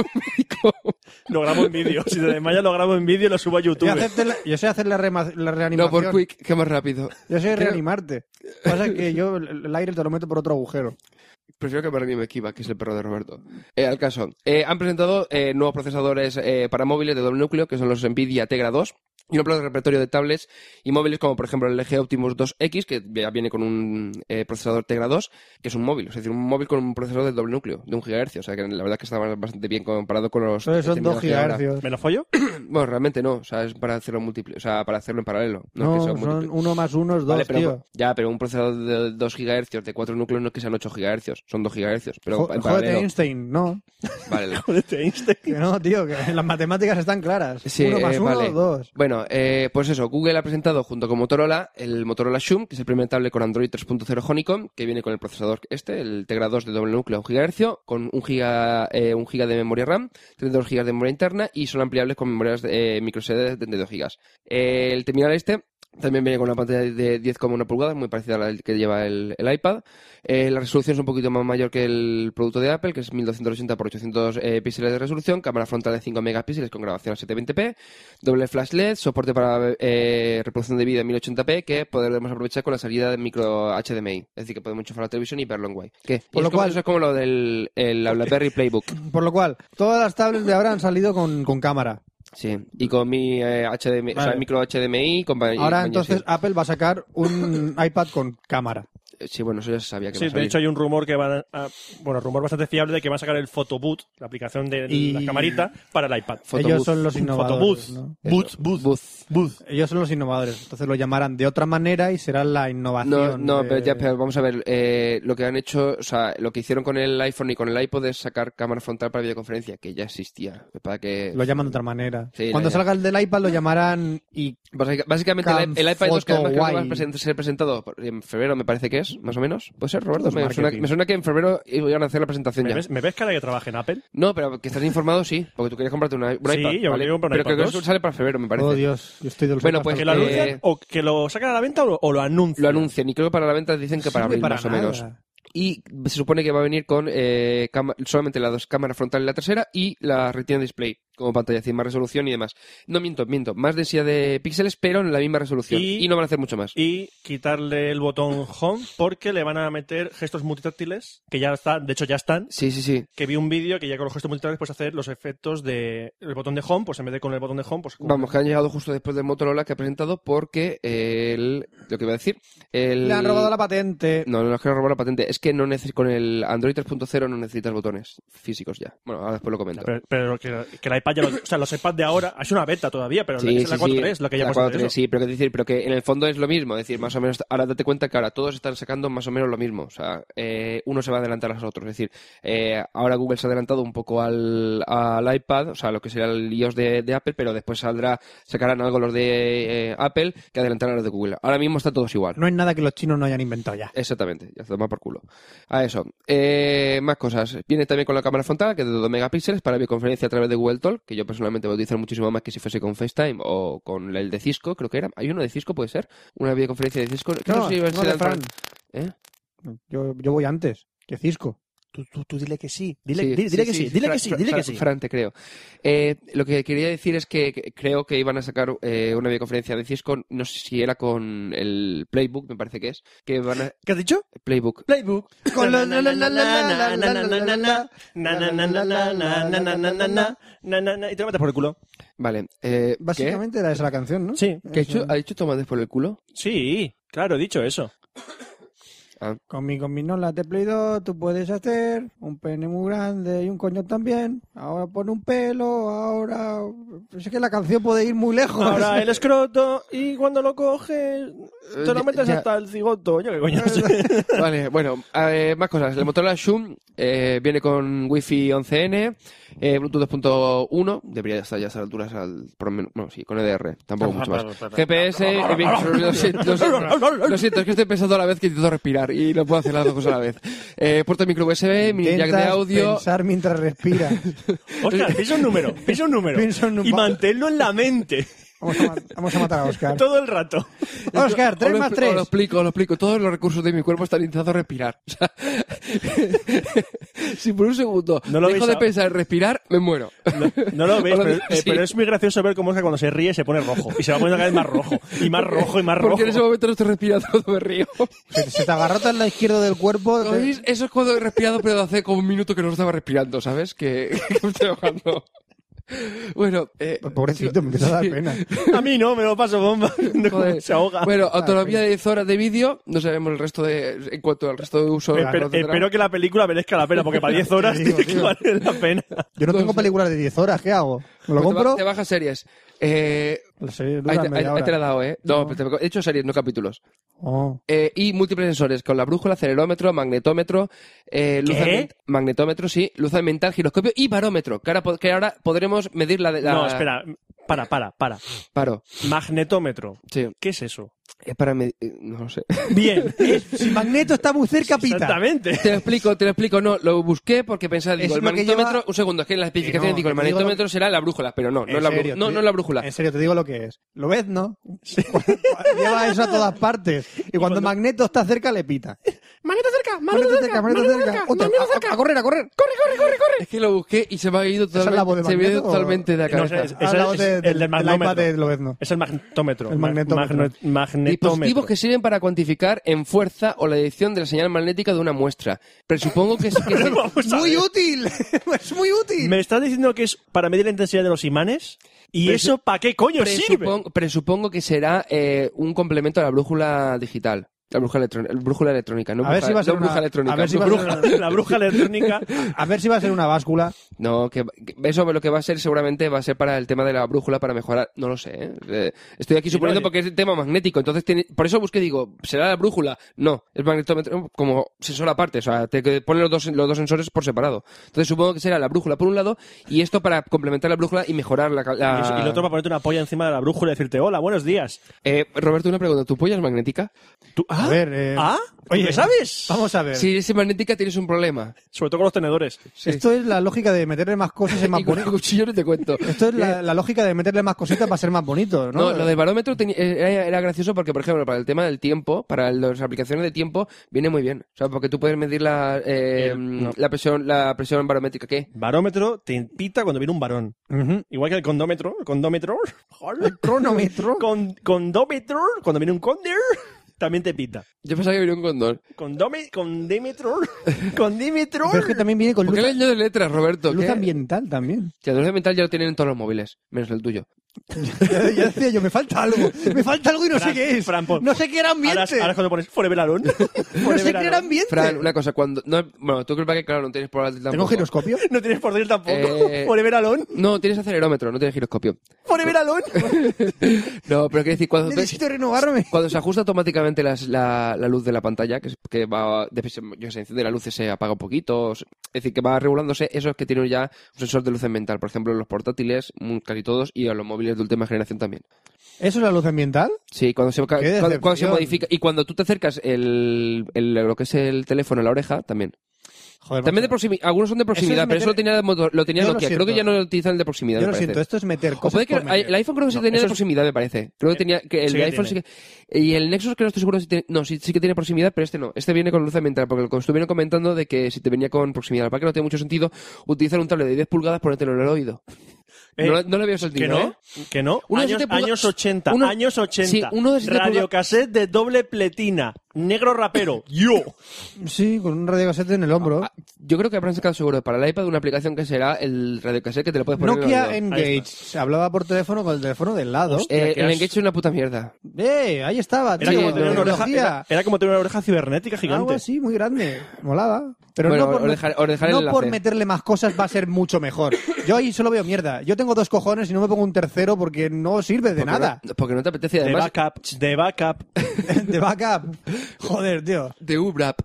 Lo grabo en vídeo. Si te desmayas, lo grabo en vídeo y lo subo a
Yo,
YouTube.
hacerte la- yo sé hacer la, rema- la
No,
reanimación.
por quick, que más rápido.
Yo sé
Creo-
reanimarte. Pasa que yo el el aire te lo meto por otro agujero.
Prefiero que me anime Kiva, que es el perro de Roberto. Eh, al caso, eh, han presentado eh, nuevos procesadores eh, para móviles de doble núcleo, que son los NVIDIA Tegra 2, y un amplio repertorio de tablets y móviles, como por ejemplo el LG Optimus 2X, que ya viene con un eh, procesador Tegra 2, que es un móvil, es decir, un móvil con un procesador de doble núcleo, de un gigahercio. O sea, que la verdad es que está bastante bien comparado con los...
Entonces son
determinados
2
que hay ahora.
gigahercios.
¿Me lo follo?
Bueno, realmente no, o sea, es para hacerlo múltiple, o sea, para hacerlo en paralelo. No,
No,
es que sea
son
múltiple.
1 más 1 es 2,
Vale, pero-
tío.
Ya, pero un procesador de 2 GHz de 4 núcleos no es que sean 8 GHz, son 2 GHz, pero
Jo-
en
Jódete,
paralelo.
Einstein, no.
Vale.
Jódete, Einstein.
Que no, tío, que las matemáticas están claras.
Sí,
1 más
eh,
1,
vale.
2.
Bueno, eh, pues eso, Google ha presentado junto con Motorola el Motorola Zoom, que es el primer tablet con Android 3.0 Honeycomb, que viene con el procesador este, el Tegra 2 de doble núcleo, un GHz, con un giga, eh, un giga de memoria RAM, 32 GB de memoria interna y son ampliables con memorias eh, micro SD de 32 GB. Eh, el terminal este también viene con una pantalla de 10,1 pulgadas, muy parecida a la que lleva el, el iPad. Eh, la resolución es un poquito más mayor que el producto de Apple, que es 1280 x 800 eh, píxeles de resolución, cámara frontal de 5 megapíxeles con grabación a 720p, doble flash LED, soporte para eh, reproducción de vídeo en 1080p, que podremos aprovechar con la salida de micro HDMI. Es decir, que podemos enchufar la televisión y verlo en guay. ¿Qué? Y
Por lo
es como-
cual-
eso es como lo del el BlackBerry Playbook.
Por lo cual, todas las tablets de ahora han salido con, con cámara.
Sí, y con mi eh, HDMI, o sea,
Vale.
micro HDMI. Con, y
Ahora
compañía,
entonces Apple va a sacar un iPad con cámara.
Eh, Sí. Sí, bueno, eso ya se sabía que
Sí,
iba a
de
salir.
hecho hay un rumor que van a, bueno, rumor bastante fiable de que van a sacar el Photoboot, la aplicación de la
Y-
camarita para el iPad.
Photobooth.
Ellos son los
Photobooth.
innovadores. ¿no?
Eso.
Booth, booth,
Booth.
Ellos son los innovadores. Entonces lo llamarán de otra manera y será la
No,
innovación.
no,
de-
pero ya, pero vamos a ver, eh, lo que han hecho, o sea, lo que hicieron con el iPhone y con el iPod es sacar cámara frontal para videoconferencia, que ya existía, para que...
Lo llaman de otra manera.
Sí,
Cuando
la-
salga el del iPad lo llamarán y
Básica- Básicamente el,
Cam
i- el iPad 2 que además creo que va a
Photo
presen- ser presentado por- en febrero, me parece que es, más o menos, ¿puede ser, Roberto?
Todo es
Me suena,
marketing.
me suena que en febrero iban a hacer la presentación
¿Me
ya.
ves, ¿Me ves cara que trabaje en Apple?
No, pero que estás informado, sí, porque tú querías comprarte una, un
Sí,
iPad,
yo
¿vale?
quería comprar un
Pero
iPad
creo que
2.
eso sale para febrero, me parece.
Oh Dios, yo estoy del
Bueno,
sur
pues,
¿Que
hasta
lo
eh,
arriba.
anuncian o que lo sacan a la venta o lo, o lo anuncian?
Lo anuncian y creo que para la venta dicen que para
Sirve
abril, más o
nada.
menos. Y se supone que va a venir con eh, cama- solamente las dos cámaras frontal y la trasera y la retina display como pantalla, es decir, más resolución y demás. No miento, miento, más densidad de píxeles, pero en la misma resolución.
Y-
Y, no van a hacer mucho más.
Y quitarle el botón Home porque le van a meter gestos multitáctiles, que ya están, de hecho ya están.
Sí, sí, sí.
Que vi un vídeo que ya con los gestos multitáctiles puedes hacer los efectos del botón de Home, pues en vez de con el botón de Home, pues...
Vamos, que han llegado justo después del Motorola que ha presentado porque el... Lo que iba a decir... El...
Le han robado la patente.
No, no es que no robar la patente, es que no neces- con el Android 3.0 no necesitas botones físicos ya. Bueno, ahora después lo comento.
Pero, pero que, que el iPad ya lo- O sea, los iPads de ahora... Es una beta todavía, pero es la 4.3, lo que
La
ya
4.3, sí, pero que decir, pero que en el fondo es lo mismo, es decir, más o menos, ahora date cuenta que ahora todos están sacando más o menos lo mismo, o sea, eh, uno se va a adelantar a los otros, es decir, eh, ahora Google se ha adelantado un poco al, al iPad, o sea, lo que será el iOS de, de Apple, pero después saldrá, sacarán algo los de eh, Apple que adelantarán a los de Google. Ahora mismo está todos igual.
No es nada que los chinos no hayan inventado ya.
Exactamente, ya se toma por culo. A eso. Eh, más cosas. Viene también con la cámara frontal, que es de 2 megapíxeles, para videoconferencia a través de Google Talk, que yo personalmente voy a utilizar muchísimo más que si fuese con FaceTime o con el de Cisco, creo que era. ¿Hay uno de Cisco, puede ser? ¿Una videoconferencia de Cisco? Creo que sí,
no,
va a
no
ser
de
el-
Fran.
¿Eh?
Yo, yo voy antes que Cisco.
Tú, tú, tú dile que sí. Dile,
Sí,
di- dile
sí,
que sí,
sí,
dile
Fra-
que sí,
Fra-
dile
Fra-
que sí.
Fran, te creo. Eh, lo que quería decir es que que creo que iban a sacar eh, una videoconferencia de Cisco, no sé si era con el Playbook, me parece que es, que van a...
¿Qué has dicho?
Playbook.
Playbook.
Con la-
Na, na, na, na, na, na, na, na, na. Na, na, na, na, na, na, na, na, na, na, na. Na, na, na. Y te lo metes por el culo.
Vale. Eh, ¿qué?
Básicamente era esa la canción, ¿no?
Sí,
¿Qué? ha dicho- ¿Ha dicho Tomás por el culo?
sí, claro, he dicho eso.
Con mi, con mi nola de Play 2 tú puedes hacer un pene muy grande y un coño también. Ahora pon un pelo, ahora... Es que la canción puede ir muy lejos.
Ahora el escroto y cuando lo coges te
Eh, ya-
lo metes
ya.
hasta el cigoto. Yo qué coño sé.
Vale, bueno, eh, más cosas. El Motorola Zoom eh, viene con Wi-Fi 11N, eh, Bluetooth 2.1, debería estar ya a esas alturas, al, por lo menos, bueno, sí, con EDR, tampoco mucho más. GPS, y bien, lo siento, lo siento, lo siento, es que estoy pensando a la vez que intento respirar y no puedo hacer las dos cosas a la vez. Eh, puerto micro USB, mini jack de
Intentas
audio,
pensar mientras respira.
Oscar, piensa un número, piensa un número.
Piensa un
Y
número.
manténlo en la mente
Vamos a, ma- vamos a matar a Oscar.
todo el rato.
Oscar,
Os
3
lo expli- os
más 3.
Lo explico, os lo explico. Todos los recursos de mi cuerpo están intentando respirar. O sea, si por un segundo
No lo
dejo
veis
de
a-
pensar en respirar, me muero.
No, no lo ves,
Os
pero,
digo,
eh,
sí.
pero es muy gracioso ver cómo es que cuando se ríe se pone rojo. Y se va poniendo cada vez más rojo. Y más rojo y más rojo.
Porque en ese momento no estoy respirando, me río.
Se, se te agarrota en la izquierda del cuerpo. te-
¿Oís? Eso es cuando he respirado, pero hace como un minuto que no estaba respirando, ¿sabes? Que, que me estoy ahogando. Bueno, eh,
Pues Pobrecito, me empieza a dar pena.
A mí no, me lo paso bomba. viendo cómo
Joder.
se ahoga.
Bueno,
Ah,
autonomía de 10 horas de vídeo. No sabemos el resto de. En cuanto al resto de uso.
Espe-
no tendrá.
espero que la película merezca la pena, porque para 10 horas
Te digo,
tiene que
tío.
valer la pena.
Yo no tengo películas de 10 horas, ¿qué hago? ¿Me
Pues te ba-
lo compro?
Te bajas series. Eh,
La serie dura
ahí, te, ahí-
media
ahí te la he
hora.
dado, ¿eh? No,
No.
pero te- he hecho series, no capítulos.
Oh.
Eh, y múltiples sensores, con la brújula, acelerómetro, magnetómetro, eh, luz
¿Qué?
ambient- magnetómetro, sí, luz ambiental, giroscopio y barómetro, que ahora, po- que ahora podremos medir la, de- la-
No, espera. Para, para, para.
Paro,
Magnetómetro.
sí.
¿Qué es eso?
Es para medir... No lo sé.
Bien.
Si Magneto está muy cerca, pita.
Exactamente.
Te lo explico, te lo explico. No, lo busqué porque pensaba, digo,
Es
el
lo que lleva- Eh,
magnetómetro... Un segundo, es que en las especificaciones
no,
digo, el
te digo lo-
magnetómetro será la brújula, pero no, no,
En
es la, bru-
serio,
no,
te-
no es la brújula.
En serio, te digo lo que es. Lo ves, ¿no? Lleva eso a todas partes. Y cuando, Magneto está cerca, le pita.
Magneto cerca,
Magneto cerca, Magneto cerca. Otro, a- a, a correr, a correr. Corre, corre, corre, corre.
Es que lo busqué y se me ha ido
es la voz
totalmente,
de
se me ha ido
Magneto o-
totalmente de la
No,
cabeza.
es- es-
Al lado
es-
de-
el
del
del magnómetro.
iPad de Lobezno.
Es el magnetómetro.
El magnetómetro.
Magne- magnetómetro.
Dispositivos que sirven para cuantificar en fuerza o la edición de la señal magnética de una muestra. Presupongo que, sí que se-
Vamos a
Muy
ver.
útil. es muy útil.
¿Me estás diciendo que es para medir la intensidad de los imanes? ¿Y
Presu-
eso para qué coño sirve?
presupongo, presupongo que será eh, un complemento a la brújula digital. La brújula, electrón- el brújula electrónica, no
A ver
brújula-
si va a ser
no brújula
una-
electrónica.
a ver si va a
brújula-
ser
La bruja electrónica.
A ver si va a ser una báscula.
No, que, que eso lo que va a ser seguramente va a ser para el tema de la brújula para mejorar, no lo sé. ¿eh? Eh, Estoy aquí
Sí,
suponiendo
no,
porque es el tema magnético, entonces tiene- por eso busqué digo, ¿será la brújula? No, es magnetómetro como sensor aparte, o sea, te que ponen los dos, los dos sensores por separado. Entonces supongo que será la brújula por un lado y esto para complementar la brújula y mejorar la... ca- la-
Y eso- Y el otro para ponerte una polla encima de la brújula y decirte, hola, buenos días.
Eh, Roberto, una pregunta, ¿tu polla es magnética?
¿Tú- ah?
A ver, eh,
¿Ah? Oye, ¿sabes?
Vamos a ver.
Si es magnética tienes un problema.
Sobre todo con los tenedores.
Sí.
Esto es la lógica de meterle más cosas y más
Y con el
bonito.
cuchillo no te cuento.
Esto es la, la lógica de meterle más cositas para ser más bonito,
No,
¿no?
lo del barómetro teni- era, era gracioso porque, por ejemplo, para el tema del tiempo, para las aplicaciones de tiempo, viene muy bien. O sea, porque tú puedes medir la, eh,
El- no.
la presión la presión barométrica. ¿Qué?
Barómetro te pita cuando viene un varón.
Ujú.
Igual que el condómetro. El condómetro. Joder.
cronómetro.
Con, condómetro. Cuando viene un cóndor, también te pita.
Yo pensaba que venía un condón.
Condome, condímetro. Condímetro.
Pero es que también viene con
¿Por
luz,
qué le añades letras, Roberto?
luz
¿Qué?
ambiental también.
Ya, La luz ambiental ya lo tienen en todos los móviles, menos el tuyo.
Ya, ya decía yo, me falta algo. Me falta algo y no
Fran,
sé qué es.
Fran, pon-
No sé qué era
Ahora, es-
ambiente.
ahora es cuando pones Forever Alone.
no
Forever
sé qué era
Alone.
ambiente.
Fran, una cosa, cuando. No, bueno, tú crees que, claro, no tienes por alto
¿Tengo
tampoco.
giroscopio?
No tienes por dentro tampoco.
Eh,
Forever Alone.
No, tienes acelerómetro, no tienes giroscopio.
Forever Alone.
No, pero quiero decir, cuando. tú-
Necesito renovarme.
Cuando se ajusta automáticamente las- la, la luz de la pantalla, que, es- que va, después se- yo que sé, enciende la luz y se apaga un poquito, o se- es decir, que va regulándose, eso es que tienen ya un sensor de luz ambiental, por ejemplo, en los portátiles, mm, casi todos, y en los móviles de última generación también.
¿Eso es la luz ambiental?
Sí, cuando se, ca- cuando, cuando se
decepción.
modifica, y cuando tú te acercas el, el- lo que es el teléfono a la oreja, también.
Joder,
También de
macho.
proximi- algunos son de proximidad,
Pues
pero
es
eso
meter-
lo tenía, de motor- lo tenía
Yo lo
Nokia. Creo que
siento.
ya no utilizan el de proximidad.
Yo
me
lo
parece.
siento, esto es meter
O
cosas.
puede que
por meter.
el iPhone creo que sí
No,
tenía
eso
de
es-
proximidad, me parece. Creo que
Eh,
tenía que el
sí
de
que
iPhone
tiene.
sí que y el Nexus que no estoy seguro si tiene, no, sí, sí que tiene proximidad, pero este no. Este viene con luz ambiental porque lo estuvieron comentando de que si te venía con proximidad, para que no tiene mucho sentido utilizar un tablet de 10 pulgadas ponértelo en el oído.
Eh,
no, no le veo sentido.
Que no,
¿eh?
que no.
Uno de
años,
siete pulga-
años 80,
uno-
años 80.
Sí, uno de siete pulga-
Radiocassette de doble pletina. Negro rapero. Yo.
Sí, con un radiocasete en el hombro.
Ah, Yo creo que habrán sacado seguro para el iPad una aplicación que será el radiocassette que te lo puedes poner en el
Nokia
oído.
Ahí
Engage. Se hablaba por teléfono con el teléfono del lado.
Hostia.
Eh,
qué
el
asco.
Engage es una puta mierda.
¡Eh! Ahí estaba, tío.
Era, como tener una oreja,
tecnología.
era, era como tener una oreja cibernética
Algo
gigante.
así, muy grande. Molaba. Pero
Bueno,
no, por,
os dejaré- os dejaré el
no
enlace.
por meterle más cosas va a ser mucho mejor. Yo ahí solo veo mierda. Yo tengo dos cojones y no me pongo un tercero porque no sirve de
Porque
nada.
no- porque no te apetece.
De
Además,
backup. De backup.
De backup. Joder, tío.
de UBRAP.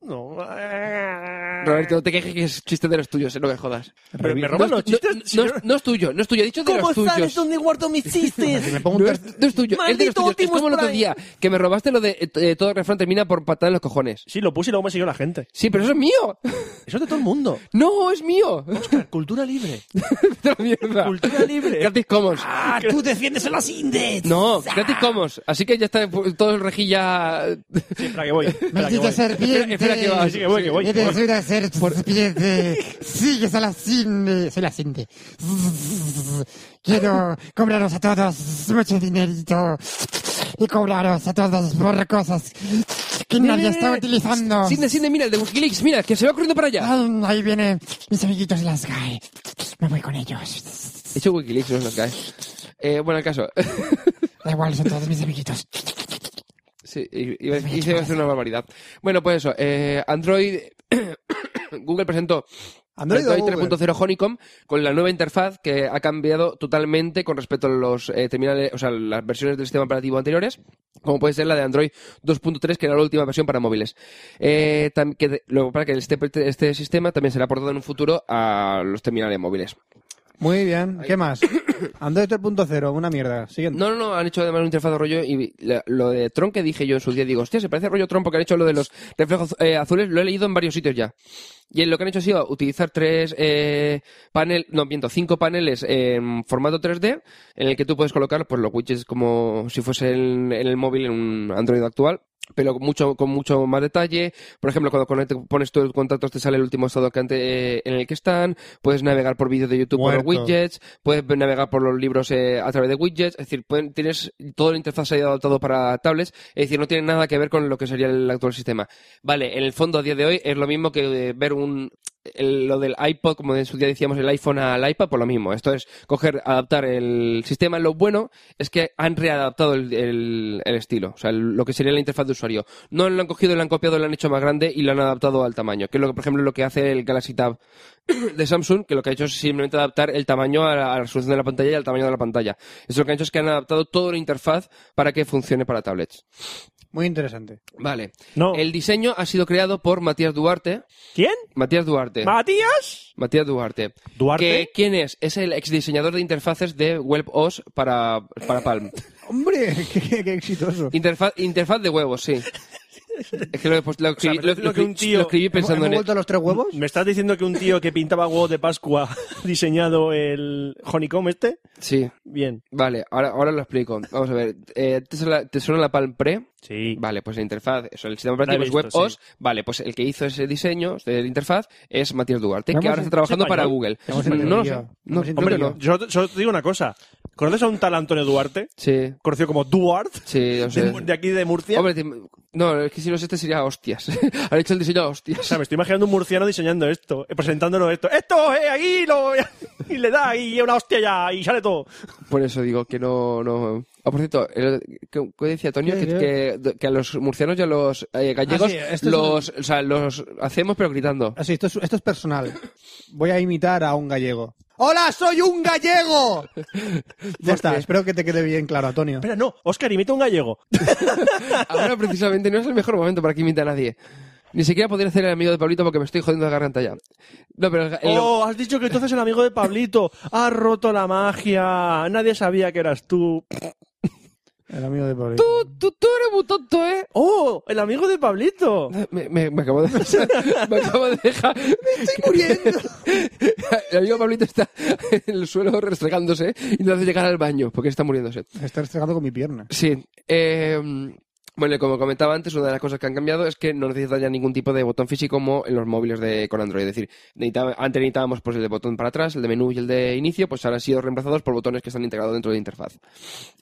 No.
Roberto, no te quejes que es chiste de los tuyos, eh, no me jodas.
Pero me roban
no,
los chistes.
no-
si yo-
no es- no es tuyo, no es tuyo, he dicho de los tuyos.
guardo mis chistes?
Me pongo un
No
ter-
es, no es tuyo, es de los
Maldito
tuyos. Es
Optimus
como el otro
Prime.
día, que me robaste lo de eh, todo refrán termina por patada en los cojones.
Sí, lo puse y luego me siguió la gente.
Sí, pero eso es mío.
Eso es de todo el mundo.
No, es mío.
Cultura libre.
Puta mierda.
Cultura libre.
Creative Commons.
¡Ah, tú defiendes a las indies!
No, Creative Commons. Así que ya está pues, todo el rejilla.
Espera que voy. Espera que
Maldita
voy.
serpiente.
Espera, espera que va.
Sí, sí, que voy, que voy.
Eres una serpiente. Sigues a la cinde. Soy la cinde. Quiero cobraros a todos mucho dinerito. Y cobraros a todos por cosas que nadie está utilizando. Ah.
Sidney, Sidney, mira, el de Wikileaks, mira, que se va corriendo para allá.
Ay, ahí vienen mis amiguitos de las GAE. Me voy con ellos.
He hecho Wikileaks, no es lo que hay. Eh, bueno, el caso.
Da igual, son todos mis amiguitos.
Sí, y- iba, y se iba a hacer una barbaridad. Bueno, pues eso. eh, Android. Google presentó
Android o Google.
3.0 Honeycomb con la nueva interfaz que ha cambiado totalmente con respecto a los eh, terminales, o sea, las versiones del sistema operativo anteriores, como puede ser la de Android 2.3, que era la última versión para móviles. Eh, tam- que de- luego, para que este, este sistema también será aportado en un futuro a los terminales móviles.
Muy bien. ¿Qué más? Android 3.0, una mierda. Siguiente.
No, no, no, han hecho además una interfaz de rollo y la- lo de Tron que dije yo en su día, digo, hostia, se parece a rollo Tron porque han hecho lo de los reflejos eh, azules, lo he leído en varios sitios ya. Y lo que han hecho ha sido utilizar tres eh, panel, no miento, cinco paneles en formato 3D en el que tú puedes colocar pues los widgets como si fuese en, en el móvil en un Android actual pero con mucho, con mucho más detalle. Por ejemplo, cuando conecte- pones tus contactos te sale el último estado que ante- eh, en el que están. Puedes navegar por vídeos de YouTube por los
Muerto.
widgets. Puedes navegar por los libros eh, a través de widgets. Es decir, pueden- tienes todo el interfaz ahí adaptado para tablets. Es decir, no tiene nada que ver con lo que sería el actual sistema. Vale, en el fondo a día de hoy es lo mismo que eh, ver un... el- lo del iPod, como en su día decíamos, el iPhone al iPad, por lo mismo. Esto es coger, adaptar el sistema. Lo bueno es que han readaptado el, el- el estilo, o sea, el- lo que sería la interfaz de usuario. No lo han cogido, lo han copiado, lo han hecho más grande y lo han adaptado al tamaño, que es lo que, por ejemplo, lo que hace el Galaxy Tab de Samsung, que lo que ha hecho es simplemente adaptar el tamaño a la, a la resolución de la pantalla y al tamaño de la pantalla. Eso lo que han hecho es que han adaptado toda la interfaz para que funcione para tablets.
Muy interesante.
Vale.
No.
El diseño ha sido creado por Matías Duarte.
¿Quién?
Matías Duarte.
¿Matías?
Matías Duarte.
¿Duarte?
Que, ¿Quién es? Es el exdiseñador de interfaces de WebOS para, para Palm.
Hombre, qué, qué- qué exitoso.
Interfaz, interfaz de huevos, sí. Es que lo, he puesto- lo escribí,
O sea,
lo- lo
lo que un
escribí-
tío-
lo escribí
¿Hemos,
pensando
hemos
en él.
vuelto a los tres huevos?
¿Me estás diciendo que un tío que pintaba huevo de Pascua ha diseñado el Honeycomb este?
Sí,
Bien.
vale, ahora, ahora lo explico. Vamos a ver, eh, ¿te, suena, te suena la Palm Pre?
Sí.
Vale, pues la interfaz, eso, el sistema operativo es
visto,
WebOS.
sí.
Vale, pues el que hizo ese diseño de la interfaz es Matías Duarte, que
Vamos
ahora
en-
está trabajando
es
para
español.
Google.
Vamos en
No lo
teoría.
sé. No,
Vamos en
hombre,
teoría.
no.
Yo solo- solo te digo una cosa. ¿Conoces a un tal Antonio Duarte?
Sí,
Conocido como Duarte.
sí, no sé.
De, de aquí de Murcia.
Hombre, te- no, es que si no es este sería hostias. Han hecho el diseño a
O sea,
hostias.
me estoy imaginando un murciano diseñando esto, eh, presentándolo esto. ¡Esto! ¡Eh! ¡Ahí! Lo, y le da y una hostia ya y sale todo.
Por eso digo que no... no... Ah, por cierto, el- ¿qué, qué decía Toño?
¿Qué,
Que, que- que a los murcianos y a los eh, gallegos
Ah, sí, esto es
los, o sea, los hacemos pero gritando.
Así, esto, es, esto es personal. Voy a imitar a un gallego. ¡Hola, soy un gallego! ya está, espero que te quede bien claro, Antonio.
Espera, no. Oscar, imita un gallego.
Ahora precisamente no es el mejor momento para que imite a nadie. Ni siquiera podría hacer el amigo de Pablito porque me estoy jodiendo la garganta ya. No, pero el, ga- el-
¡Oh! Has dicho que entonces el amigo de Pablito ha roto la magia. Nadie sabía que eras tú.
El amigo de Pablito.
Tú, tú, tú eres muy tonto, ¿eh?
¡Oh! ¡El amigo de Pablito!
Me, me, me acabo de me acabo de dejar. ¡Me estoy muriendo! El amigo Pablito está en el suelo restregándose y no hace llegar al baño porque está muriéndose.
Está restregado con mi pierna.
Sí. Eh, bueno, y como comentaba antes, una de las cosas que han cambiado es que no necesita ya ningún tipo de botón físico como en los móviles de, con Android. Es decir, necesitaba- antes necesitábamos pues, el de botón para atrás, el de menú y el de inicio, pues ahora han sido reemplazados por botones que están integrados dentro de la interfaz.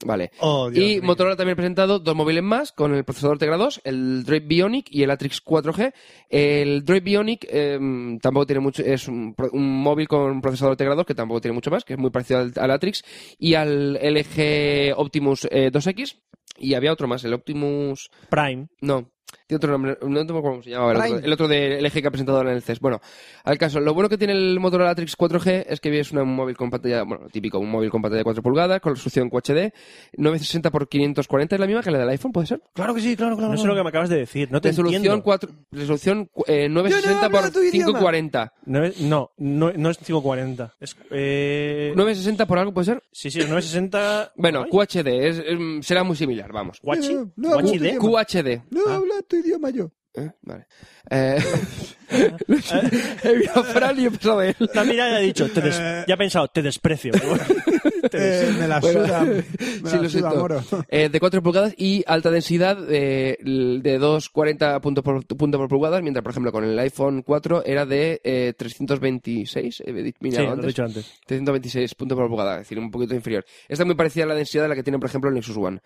Vale.
Oh, Dios
y
mío.
Motorola también ha presentado dos móviles más con el procesador Tegra 2, el Droid Bionic y el Atrix 4G. El Droid Bionic eh, tampoco tiene mucho, es un, pro- un móvil con procesador Tegra 2 que tampoco tiene mucho más, que es muy parecido al, al Atrix y al LG Optimus eh, 2X. Y había otro más, el Optimus.
Prime.
No, tiene otro nombre, no tengo cómo se llamaba. El otro,
Prime.
el otro de LG que ha presentado ahora en el CES. Bueno, al caso, lo bueno que tiene el Motorola Atrix 4G es que es una- un móvil con pantalla, bueno, típico, un móvil con pantalla de 4 pulgadas, con resolución QHD, 960 x 540 es la misma que la del iPhone, ¿puede ser?
Claro que sí, claro, claro.
No sé lo que me acabas de decir. No te
resolución
entiendo.
cuatro- resolución eh, 960
hablo
por
tu idioma.
540.
No, es- no, no, no es 540. Es, eh,
960 por algo puede ser?
Sí, sí, 960.
Bueno,
Ay,
QHD es, em, será muy similar, vamos.
Guachi.
Eh, No, no,
Guachi
no,
de-
no, no.
QHD.
No habla tu idioma yo.
¿Eh? Vale. Eh, he mirado a Fran y he pensado en él.
La mirada ha dicho, te des- ya he pensado, te desprecio. Te des-
Eh, me la suda. Me
Sí,
la
lo
suda,
siento.
moro.
Eh, de 4 pulgadas y alta densidad eh, l- de 240 puntos por, puntos por pulgadas, mientras, por ejemplo, con el iPhone 4 era de eh, 326. he di-
Sí,
mirado
lo he
antes.
dicho antes.
326 puntos por pulgada, es decir, un poquito inferior. Esta es muy parecida a la densidad de la que tiene, por ejemplo, el Nexus One.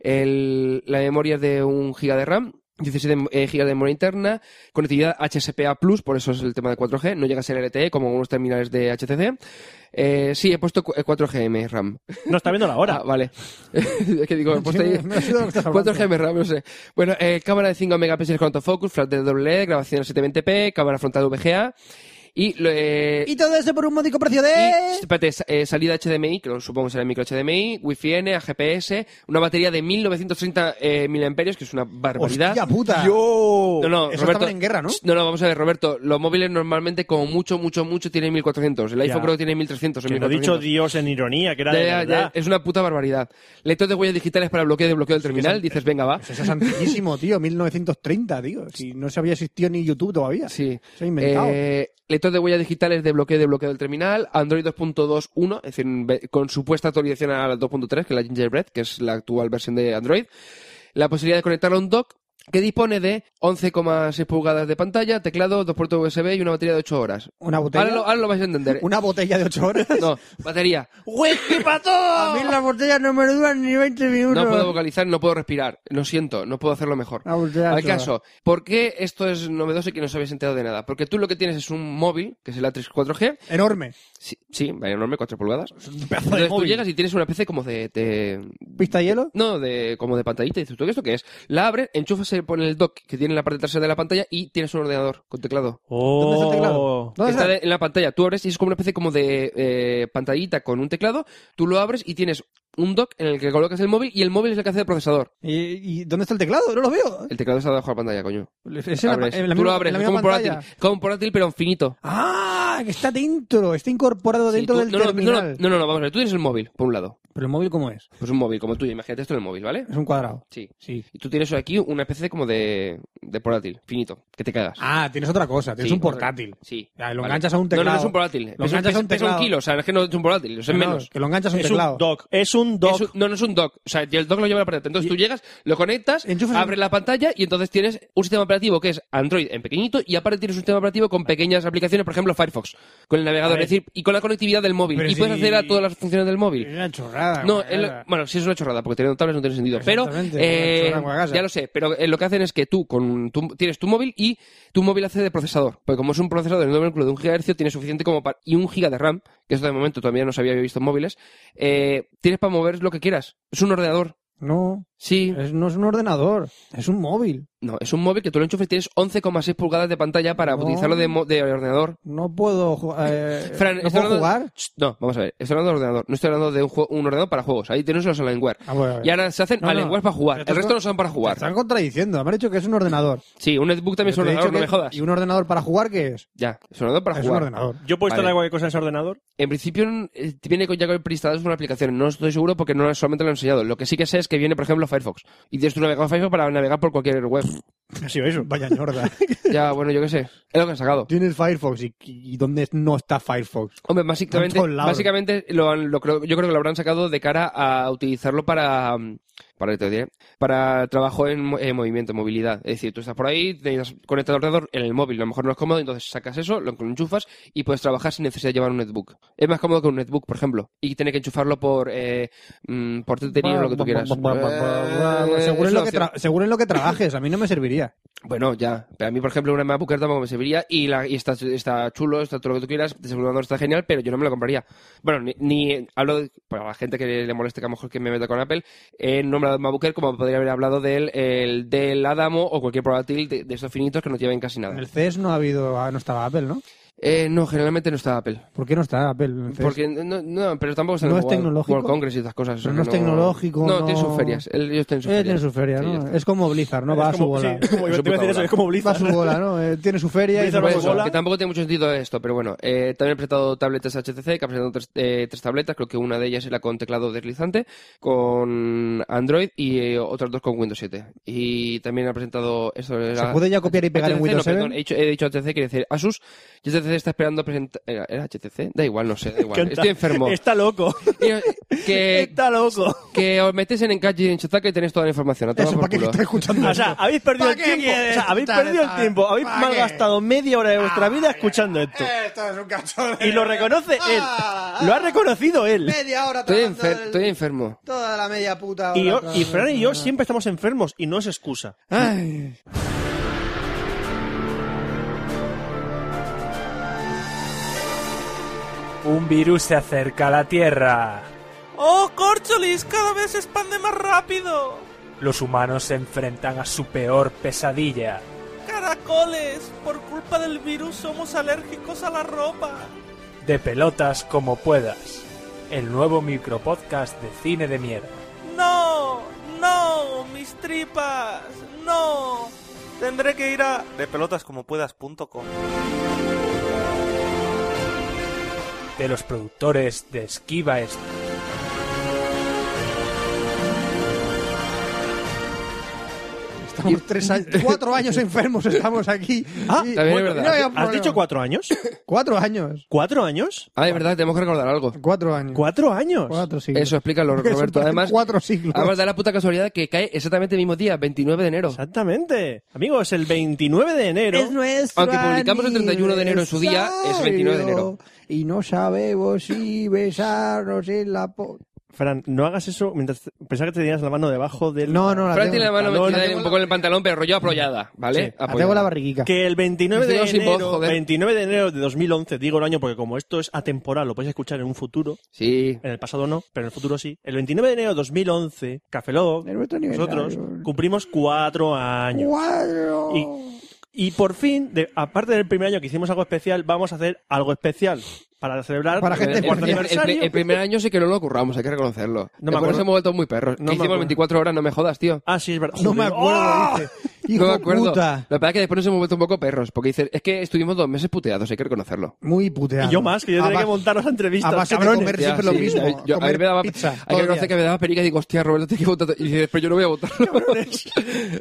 El- la memoria es de 1 GB de RAM. 17 eh, GB de memoria interna, conectividad HSPA+, por eso es el tema de 4G, no llega a ser LTE como unos terminales de HTC. Eh, sí, he puesto cu- eh, 4GM RAM.
No está viendo la hora.
Ah, vale. es que digo, he puesto ahí...
Me la suda lo que estás hablando.
4G me RAM, no sé. Bueno, eh, cámara de 5 megapíxeles con autofocus, flash de doble, E, grabación a 720p, cámara frontal VGA y... lo- eh,
Y todo eso por un módico precio
y,
de...
espérate, sa- eh, salida HDMI, que lo supongo que será micro HDMI, Wi-Fi N, a GPS, una batería de 1930 eh, miliamperios, que es una barbaridad.
Hostia puta.
Yo.
No, no,
Eso
Roberto,
estaban en guerra, ¿no?
Ch, No, no, vamos a ver, Roberto. Los móviles normalmente, como mucho, mucho, mucho, tienen 1400. El iPhone creo que tiene 1300 o
Que lo ha dicho
1400.
Dios en ironía, que era
Ya,
de
ya, ya,
verdad.
es una puta barbaridad. Lector de huellas digitales para bloqueo y desbloqueo del terminal. Dices, venga, va.
Pues Eso es antiguísimo, tío. 1930, tío. Si no se había existido ni YouTube todavía.
Sí.
Se ha inventado.
Eh, lector de huellas digitales de bloqueo de bloqueo del terminal, Android 2.2.1, es decir, ve- con supuesta actualización a la 2.3, que es la Gingerbread, que es la actual versión de Android, la posibilidad de conectarlo a un dock que dispone de 11,6 pulgadas de pantalla, teclado, dos puertos USB y una batería de 8 horas.
Una botella.
Ahora lo, ahora lo vais a entender.
Una botella de 8 horas.
No, batería.
¡Whisky para todo!
A mí las botellas no me duran ni 20 minutos.
No puedo vocalizar, no puedo respirar. Lo siento, no puedo hacerlo mejor.
Ah, pues ya,
Al
ya.
caso, ¿por qué esto es novedoso y que no os habéis enterado de nada? Porque tú lo que tienes es un móvil, que es el A3 4G,
Enorme.
Sí, sí, vale, enorme, 4 pulgadas.
Un pedazo de
Entonces tú
móvil.
llegas y tienes una PC como de, de-
¿Pista hielo?
No, de, como de pantallita. Y dices, ¿tú qué esto qué es? La abres, enchufas el, pone el dock que tiene en la parte trasera de la pantalla y tienes un ordenador con teclado.
¿Dónde está el teclado?
Oh.
¿Dónde
está
está?
de- en la pantalla. Tú abres y es como una especie como de eh, pantallita con un teclado. Tú lo abres y tienes un dock en el que colocas el móvil y el móvil es el que hace de procesador.
¿Y, y dónde está el teclado? No lo veo.
El teclado está debajo de la pantalla, coño.
Es en la-
Abres.
en la
Tú lo
misma-
abres,
en la
es
misma
como un portátil.
pantalla.
Como un portátil, pero infinito.
Ah, que está dentro, está incorporado
Sí,
dentro
tú-
del
no, no, no,
terminal.
no, no, no, vamos a ver. Tú tienes el móvil, por un lado.
Pero el móvil cómo es?
Pues un móvil, como tuyo. Imagínate esto en el móvil, ¿vale?
Es un cuadrado.
Sí.
Sí.
Y tú tienes aquí una especie como de, de portátil, finito, que te cagas.
Ah, tienes otra cosa, tienes
Sí,
un portátil.
Sí.
Ya, lo
Vale.
enganchas a un teclado.
No, no, no es un portátil.
Lo
Es un-
enganchas a un
pesa- pesa
teclado.
kilo, o sea, es que no es un portátil, es
No,
menos.
Que lo enganchas a un
Es
teclado.
un dock. Es un dock.
Es un- no, no es un dock. O sea, y el dock lo lleva la pantalla. Entonces tú llegas, lo conectas,
Enchufas
abres
el-
la pantalla y entonces tienes un sistema operativo que es Android en pequeñito y aparte tienes un sistema operativo con pequeñas aplicaciones, por ejemplo Firefox, con el
A
navegador,
ver.
es decir, y con la conectividad del móvil.
Pero
y puedes
si-
acceder a todas las funciones del móvil.
Es una chorrada.
No,
güey,
es lo-
nada.
bueno, si es una chorrada, porque tener tablets no tiene sentido. Pero,
Ah, Exactamente,
eh,
una chorrada como la casa.
ya lo sé, pero eh, lo que hacen es que tú con tu- tienes tu móvil y tu móvil hace de procesador. Porque como es un procesador en doble núcleo de un gigahercio, tiene suficiente como para... Y un giga de RAM, que eso de momento todavía no se había visto en móviles, eh, tienes para mover lo que quieras. Es un ordenador.
No.
Sí.
Es- no es un ordenador, es un móvil.
No, es un móvil que tú lo enchufes y tienes 11,6 pulgadas de pantalla para
No.
utilizarlo de, mo- de ordenador.
No puedo, ju- eh,
Fran,
¿no
estoy
puedo
hablando-
jugar.
Ch, No, vamos a ver. Estoy hablando de ordenador. No estoy hablando de un, juego- un ordenador para juegos. Ahí tenemos los Alienware.
Ah, bueno, a ver.
Y ahora se hacen
No, no.
Alienware para jugar.
Pero
El
tú-
resto no son para
Te
jugar.
están contradiciendo, me han dicho que es un ordenador.
Sí, un netbook también es un
Yo te he
ordenador,
dicho
no
que-
me jodas.
¿Y un ordenador para jugar qué es?
Ya, es un ordenador para
es
jugar.
un ordenador.
Yo he puesto
Vale.
en cualquier cosa en ese ordenador.
En principio eh, viene con- ya con preinstalados una aplicación. No estoy seguro porque no solamente lo he enseñado. Lo que sí que sé es que viene, por ejemplo, Firefox. Y tienes tu navegador Firefox para navegar por cualquier web.
Ha sido eso.
Vaya ñorda.
ya, bueno, yo qué sé. Es lo que han sacado.
Tienes Firefox y, y ¿dónde no está Firefox?
Hombre, básicamente,
En todos lados.
básicamente lo han- lo creo- yo creo que lo habrán sacado de cara a utilizarlo para mm, para, te diré, para trabajo en, mo- en movimiento, en movilidad. Es decir, tú estás por ahí, te das- conectas al ordenador en el móvil, a lo mejor no es cómodo, entonces sacas eso, lo enchufas y puedes trabajar sin necesidad de llevar un netbook. Es más cómodo que un netbook, por ejemplo, y tener que enchufarlo por eh, mm, por tenía o lo que tú quieras. Eh,
seguro,
es
en
una
lo que
opción.
tra- seguro en lo que trabajes, a mí no me serviría.
Bueno, ya. Pero a mí, por ejemplo, una MacBook Air tampoco me serviría y, la, y está, está chulo, está todo lo que tú quieras, el seguro está genial, pero yo no me lo compraría. Bueno, ni, ni- hablo de- para la gente que le moleste que a lo mejor que me meta con Apple, he nombrado MacBook Air como podría haber hablado del, el- del Adamo o cualquier portátil de, de estos finitos que no lleven casi
En
nada.
el CES no ha habido, ah, no estaba Apple, ¿no?
Eh, no, generalmente no está Apple.
¿Por qué no está Apple en el CES?
Porque no, no, pero tampoco está en
¿No
el
es
World-
tecnológico?
World Congress y estas cosas. o sea
Pero no
que
es tecnológico,
No,
no-
tiene sus ferias. Él- ellos tienen sus
Eh,
ferias.
tiene su feria,
Sí, ya
¿no?
está.
Es como Blizzard, ¿no?
es
Va a su
como,
bola.
sí, es como,
Es
yo
su
te iba a
puta
decir eso,
bola.
es como
Va a
Blizzard.
su bola, ¿no? Eh, tiene su feria y
Blizzard
su
va a
Por
su
bola.
eso,
bola.
Pues, que tampoco tiene mucho sentido esto, pero bueno, eh, también he presentado tabletas HTC, que ha presentado tres, eh, tres tabletas, creo que una de ellas era con teclado deslizante, con Android y eh, otras dos con Windows 7. Y también ha presentado esto era-
¿Se puede ya copiar y pegar en
HTC,
Windows
no,
7?
perdón, he dicho, he dicho HTC, quiere decir Asus, y HTC está esperando presentar... ¿Era, era HTC? Da igual, no sé, da igual,
Canta.
estoy enfermo.
Está loco.
Y, eh, que,
Está loco.
que os metéis en Encaji en Chazaka y tenéis toda la información, a tomar por
Eso, ¿para qué
culo.
estás escuchando
O sea,
esto?
habéis perdido
¿Pa'
el
qué
tiempo. O
quieres
sea, habéis
escuchar
perdido el
esta-
tiempo. Habéis
¿Pa' qué? Ah, Eh,
malgastado media hora de vuestra vida escuchando esto.
Esto es un cacho de-
Y lo reconoce él.
Ah,
Lo ha reconocido él.
Media hora
Estoy,
tratando
enfer-
el-
estoy enfermo.
Toda la media puta hora
Y, yo-
tratando
y Fran y
el-
yo siempre estamos enfermos y no es excusa.
Ay.
Un virus se acerca a la Tierra.
¡Oh, Corcholis! ¡Cada vez se expande más rápido!
Los humanos se enfrentan a su peor pesadilla.
¡Caracoles! Por culpa del virus somos alérgicos a la ropa.
De pelotas como puedas. El nuevo micropodcast de cine de mierda.
¡No! ¡No! ¡Mis tripas! ¡No! Tendré que ir a depelotascomopuedas.com
De los productores de Esquiva Esto.
Estamos tres años, cuatro años enfermos, estamos aquí. Ah,
También es verdad.
¿Has dicho cuatro años?
cuatro años.
¿Cuatro años?
Ah, es verdad, tenemos que recordar algo.
Cuatro años.
¿Cuatro años?
Cuatro siglos.
Eso explícalo,
Eso
Roberto.
parece
Además,
cuatro siglos.
Además, da la puta casualidad que cae exactamente el mismo día, 29 de enero.
Exactamente. Amigos, el 29 de enero.
nuestro
Aunque publicamos el 31 de enero en su día, es 29 de enero.
Y no sabemos si besarnos en la... po-
Fran, no hagas eso mientras pensaba que te tenías la mano debajo del.
No, no, la
Fran
tengo.
tiene la mano
Talón,
metida
tengo
un poco en el pantalón, pero rollo apoyada, ¿vale?
La
Apoyada.
Ah, tengo la barriguita.
Que el 29 de,
Digo sin voz,
enero,
joder.
29 de enero de 2011, digo el año porque como esto es atemporal, lo podéis escuchar en un futuro,
Sí.
en el pasado no, pero en el futuro sí. El 29 de enero de 2011, Café Lock,
Es nuestro
nosotros
aniversario.
cumplimos cuatro años.
Cuatro.
Y, y por fin, de- aparte del primer año que hicimos algo especial, vamos a hacer algo especial para celebrar
Para
El,
gente
el
el-
cuarto
el-
aniversario.
el- el primer año sí que no lo curramos, hay que reconocerlo.
No me
por
acuerdo.
eso hemos vuelto muy perros.
No
¿Qué
me
hicimos
acuerdo.
24 horas, no me jodas, tío.
Ah, sí, es verdad.
No me
Joder.
acuerdo,
¡Oh!
dice. Hijo
no me acuerdo.
puta.
La verdad es que después nos hemos vuelto un poco perros, porque dices, es que estuvimos dos meses puteados, hay que reconocerlo.
Muy puteado.
Y yo más, que yo tenía que montar las entrevistas,
a base de
cabrones.
comer
Ya,
siempre lo
sí,
mismo.
yo- yo- a mí
comer
me daba-
pizza.
Hay
todo
que
el día.
reconocer que me daba perica y digo, hostia, Roberto, te que votar. Y dices, pero yo no voy a votar.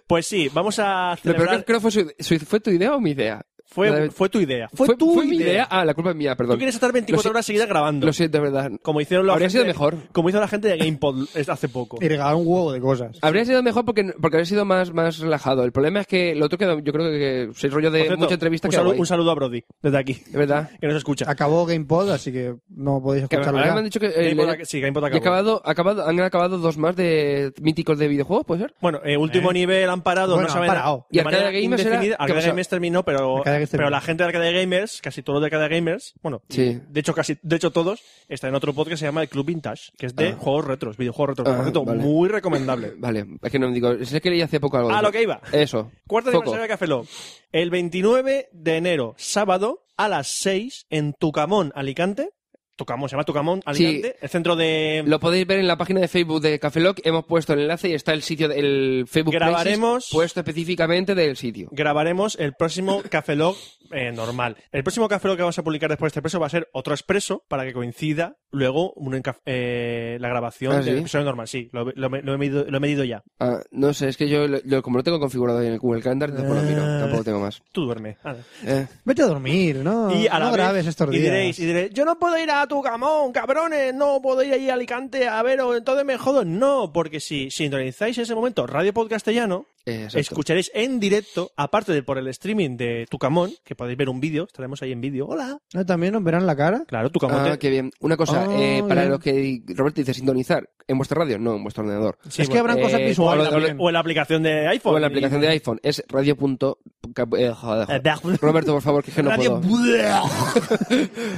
Pues sí, vamos a
Lo peor
celebrar...
que creo fue, su- su- fue tu idea o mi idea. La
Fue,
de-
fue tu idea. Fue, tu
mi
idea.
Ah, la culpa es mía,
Tú
perdón.
quieres estar 24
Lo si-
horas seguidas grabando.
Lo siento, es verdad.
Como hicieron la
Habría
gente-
sido mejor.
Como hizo la gente de GamePod hace poco.
Y regalar un huevo de cosas.
Habría sido mejor porque, porque habría sido más, más relajado. El problema es que lo otro queda, yo creo que soy rollo de
Por cierto,
mucha entrevista
un,
que
salu-
hago ahí.
un saludo a Brody, desde aquí,
Es verdad.
que nos escucha.
Acabó GamePod, así que no podéis
Que
escucharlo
ahora
ya.
me han dicho que... eh,
GamePod
le-
ac- sí, GamePod
y
acabó.
acabado, acabado, han acabado dos más de míticos de videojuegos, ¿puede ser?
Bueno, eh, último nivel han parado,
Bueno,
no
han
saben.
parado.
Y Arcade Gamers era-
indefinida.
¿qué
Arcade
pasó?
Gamers terminó, pero
Arcade Cada vez que se
Pero
ve.
la gente de Arcade Gamers, casi todos los de Arcade Gamers, bueno,
Sí.
de hecho casi, de hecho todos, está en otro podcast que se llama el Club Vintage, que es de
Ah.
juegos retros, videojuegos retros.
Ah,
Por cierto,
vale.
muy recomendable.
Vale, es que no me digo. Sé que leí hace poco algo. de
A
eso.
Ah, lo que iba.
Eso.
Cuarto
Foco.
aniversario de Café Lock. El 29 de enero, sábado, a las 6, en Tucamón, Alicante. Tucamón, se llama Tucamón, Alicante. El centro de...
Lo podéis ver en la página de Facebook de Café Lock. Hemos puesto el enlace y está el sitio, de- el Facebook Places
Grabaremos-
puesto específicamente del sitio.
Grabaremos el próximo Café Lock eh, normal. El próximo Café Lock que vamos a publicar después de este expreso va a ser otro expreso para que coincida luego un enca- eh, la grabación
¿Ah,
del
sí?
episodio normal. Sí, lo, lo- lo he medido, lo he medido ya.
Ah, no sé, es que yo, lo- lo- como lo tengo configurado en el Google Calendar, tampoco lo miro,
Ah.
tampoco tengo más.
Tú duerme. Anda.
Eh,
Vete a dormir, ¿no?
Y a la
Ah, no
vez-
grabes estos días.
Y diréis, y diréis, yo no puedo ir a Tucamón, cabrones, no puedo ir ahí a Alicante a ver, o entonces me jodo. No, porque si sintonizáis en ese momento Radio Podcastellano,
eh, exacto.
escucharéis en directo, aparte de por el streaming de Tucamón, que podéis ver un vídeo, estaremos ahí en vídeo. Hola.
¿No, ¿También nos verán la cara?
Claro, Tucamón.
Ah,
te-
qué bien. Una cosa,
Ah,
eh, para
bien.
los que Roberto dice sintonizar, ¿en vuestra radio? No, en vuestro ordenador.
sí,
es
bueno,
que habrán cosas
o,
eh,
en
visuales
la,
habla-
también.
o en la aplicación de iPhone.
O en la
y-
aplicación de iPhone, es radio. punto- ca- eh, joder, joder.
Eh,
Roberto, por favor, que es que no
Radio.
puedo.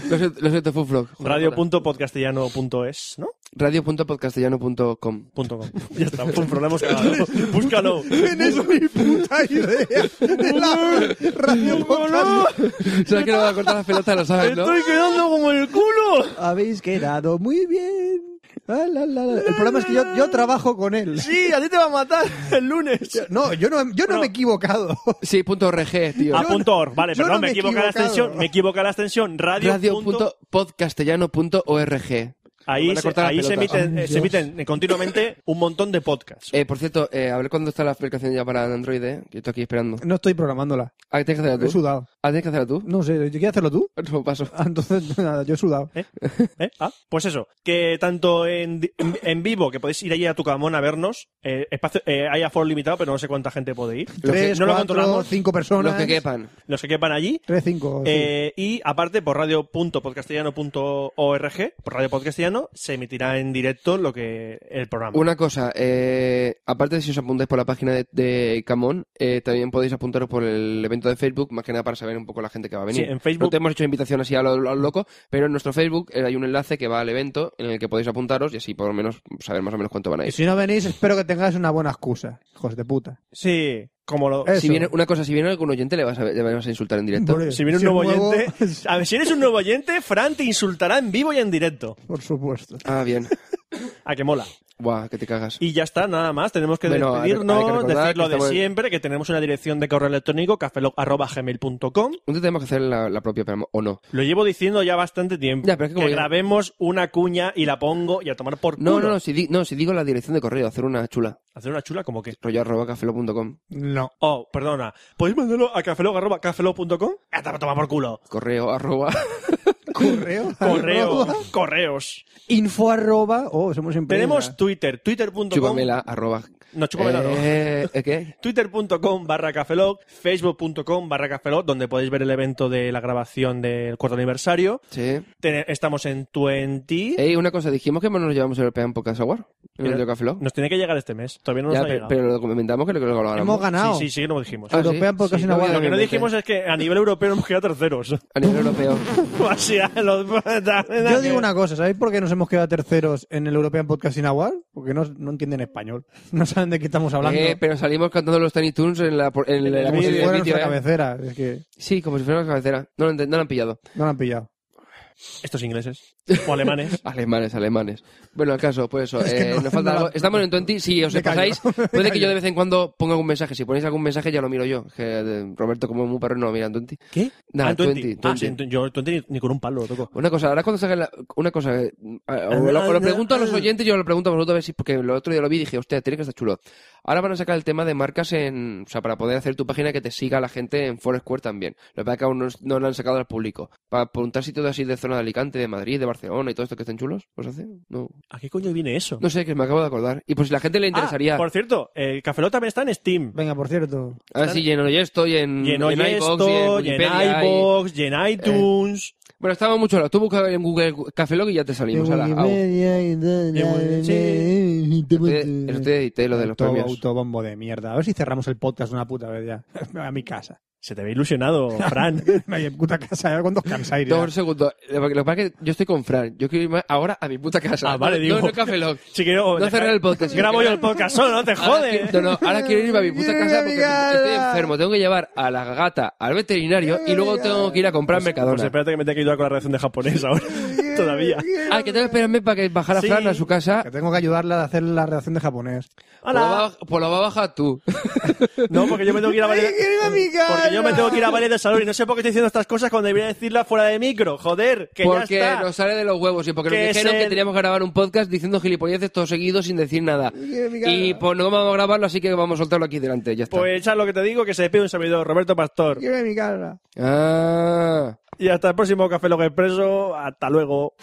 Lo siento, lo siento, Fuflog. Joder, joder.
Radio.podcastellano.es, ¿no?
radio.podcastellano.com.
Punto com. Ya está, fue un problema. Búscalo.
Tienes mi puta idea de la radio podcast.
¿Sabes que no va a cortar las pelotas? Lo sabes, ¿no?
quedando como el culo.
Habéis quedado muy bien. Ah, la, la, la. El problema es que yo, yo trabajo con él.
Sí, a ti te va a matar el lunes.
No, yo no, yo no
No.
me he equivocado.
Sí, punto RG, tío.
A punto org. Vale,
yo
perdón,
no
me
me he
equivoca la
equivocado.
extensión. Me equivoca la extensión. Radio. punto-
radio.podcastellano.org. Me
Ahí,
van a
se,
cortar las
ahí se
pelotas.
emiten, eh, se emiten continuamente un montón de podcasts.
Eh, por cierto, eh, a ver cuándo está la aplicación ya para Android, eh, que estoy aquí esperando.
No estoy programándola.
Ah, ¿tienes que
He
hacerla tú?
sudado.
Ah, ¿tienes que hacerla tú?
No sé, ¿quieres hacerlo tú?
No paso.
Ah, Entonces, nada, yo he sudado.
¿Eh? ¿Eh? Ah, pues eso, que tanto en, di- en, en vivo, que podéis ir allí a Tucamón a vernos, eh, espacio, eh, hay aforo limitado, pero no sé cuánta gente puede ir,
Los que-
Tres,
no lo
cuatro,
controlamos.
cinco personas.
Los que quepan.
los que quepan allí.
Tres, cinco.
Pues
sí.
Eh, y aparte, por radio.podcastellano.org, por Radio Podcastellano, se emitirá en directo lo que el programa.
Una cosa, eh, aparte de si os apuntáis por la página de, de Camón, eh, también podéis apuntaros por el evento de Facebook, más que nada para saber un poco la gente que va a venir.
Sí, en Facebook-
No te hemos hecho invitación así a lo, a lo loco, pero en nuestro Facebook eh, hay un enlace que va al evento en el que podéis apuntaros y así por lo menos saber más o menos cuánto van a
Y
ir.
si no venís, espero que tengáis una buena excusa, hijos de puta.
Sí, como lo...
Eso.
Si viene, una cosa, si viene algún oyente le vas a, le vas a insultar en directo.
Por-
Si viene un
si es
nuevo
nuevo-
oyente, a ver, si eres un nuevo oyente, Fran te insultará en vivo y en directo.
Por supuesto.
Ah, bien.
A que mola.
Buah, que te cagas.
Y ya está, nada más. Tenemos que
Bueno, hay que-
despedirnos,
hay que recordar
decir
que
lo de
estamos en-
siempre, que tenemos una dirección de correo electrónico, cafelog.gmail.com.
Un día tenemos que hacer la, la propia, pero- o no.
Lo llevo diciendo ya bastante tiempo.
Ya, pero es que
que
como ya-
grabemos una cuña y la pongo y a tomar por
No,
culo.
no, no si, di- no, si digo la dirección de correo, hacer una chula.
Hacer una chula como que...
Rollo arroba cafelo.com.
No.
Oh, perdona. ¿Podéis mandarlo a cafelog.cafelog.com? A tomar- tomar por culo.
Correo arroba.
Correo.
Correo,
arroba,
correos.
Info arroba. Oh, somos empresa.
Tenemos Twitter, twitter.com...
Chupamela arroba.
No, chupamela no.
Eh, ¿eh, ¿Qué?
twitter.com barra cafelog, facebook.com barra cafelog, donde podéis ver el evento de la grabación del cuarto aniversario.
Sí.
Tene- estamos en 20.
Ey, una cosa, dijimos que no nos llevamos el European Podcast Award. En el
Pero-
de Café Lock.
Nos tiene que llegar este mes. Todavía no nos
Ya,
ha
pero,
llegado.
pero lo comentamos que lo que lo hablamos.
Hemos ganado.
Sí, sí, sí, que no lo dijimos.
Ah, sí.
European Podcast
Sí, no,
Award.
Lo que no
obviamente.
dijimos es que a nivel europeo hemos quedado terceros.
A nivel europeo.
o sea, los...
Yo digo una cosa, ¿sabéis por qué nos hemos quedado terceros en el European Podcasting Award? Porque no, no entienden español. No saben de qué estamos hablando.
Eh, pero salimos cantando los Tiny Toons en la, por- en la- en
como si
el vídeo,
fuera nuestra
eh.
cabecera. Es que
Sí, como si fuera una cabecera. No lo, ent- no lo han pillado.
no la han pillado.
Estos ingleses. O alemanes.
Alemanes, alemanes. Bueno, al caso, pues eso. eh,
no-
nos falta
no la-
algo. Estamos en 20. Si os
Me callo,
pasáis,
me
puede que
callo.
yo de vez en cuando ponga algún mensaje. Si ponéis algún mensaje, ya lo miro yo. Que eh, Roberto, como es muy perro, no lo mira en 20.
¿Qué?
Nah,
ah, 20.
20,
Ah, sí, yo 20 ni, ni con un palo lo toco.
Una cosa, ahora cuando salga la- una cosa, eh, o lo, o lo pregunto a los oyentes, yo lo pregunto a vosotros a ver si, porque el otro día lo vi y dije, hostia, tiene que estar chulo. Ahora van a sacar el tema de marcas en, o sea, para poder hacer tu página que te siga la gente en Foursquare también. Lo que pasa es que aún no, es- no lo han sacado al público. Para preguntar sitios así de zona de Alicante, de Madrid, de Barcelona y todo esto que estén chulos, ¿os hace? No.
¿A qué coño viene eso?
No sé, que me acabo de acordar. Y pues si la gente le interesaría.
Ah, por cierto, el Cafelot también está en Steam.
Venga, por cierto.
Ah, sí, y en Oye esto, y Mm, en,
Y en
en iVoox, y en
Oyesto, y en
Wikipedia, y- Eh.
iVoox, y en iTunes.
Bueno, estaba mucho Tú buscas en Google Café Log y ya te salimos. Ala, au.
pues,
Este,
Eso te- eso te edité lo de los
Auto-
premios.
Autobombo de mierda. A ver si cerramos el podcast una puta vez ya. a mi casa.
Se te ve ilusionado, Fran.
Me voy a puta casa ya con dos cansaires.
No, un segundo. Lo que pasa es que yo estoy con Fran. Yo quiero irme ahora a mi puta casa.
Ah, vale,
no,
digo.
No, no, Café Lock.
Si quiero,
No cerrar el podcast.
Grabo yo el podcast solo, no te
Ahora
jode.
quiero- no, no, ahora quiero irme a mi puta
Quiero
casa
ir a mi
porque
casa.
estoy enfermo. Tengo que llevar a la gata al veterinario y luego tengo que ir a comprar
Pues
Mercadona.
espérate que me tenga que ayudar con la redacción de japonés ahora. Todavía.
Ah, que tengo que esperarme para que bajara
Sí.
Fran a su casa.
Que tengo que ayudarla a hacer la redacción de japonés.
Por la,
Hola.
ba- por la baja tú.
No, porque yo me tengo que ir a Valle
quiero ir a mi
de...
casa.
Porque yo me tengo que ir a Valle de Salón y no sé por qué estoy diciendo estas cosas cuando debería decirlas fuera de micro. Joder, que
porque
ya está.
nos sale de los huevos y porque
Que
nos dijeron
es el-
que teníamos que grabar un podcast diciendo gilipolleces todo seguido sin decir nada.
cara.
Y pues no vamos a grabarlo, así que vamos a soltarlo aquí delante. Ya está.
Pues ya lo que te digo, que se despide un servidor, Roberto Pastor.
Quiero ir a mi casa.
Ah.
Y hasta el próximo Café Logo Expreso. Hasta luego.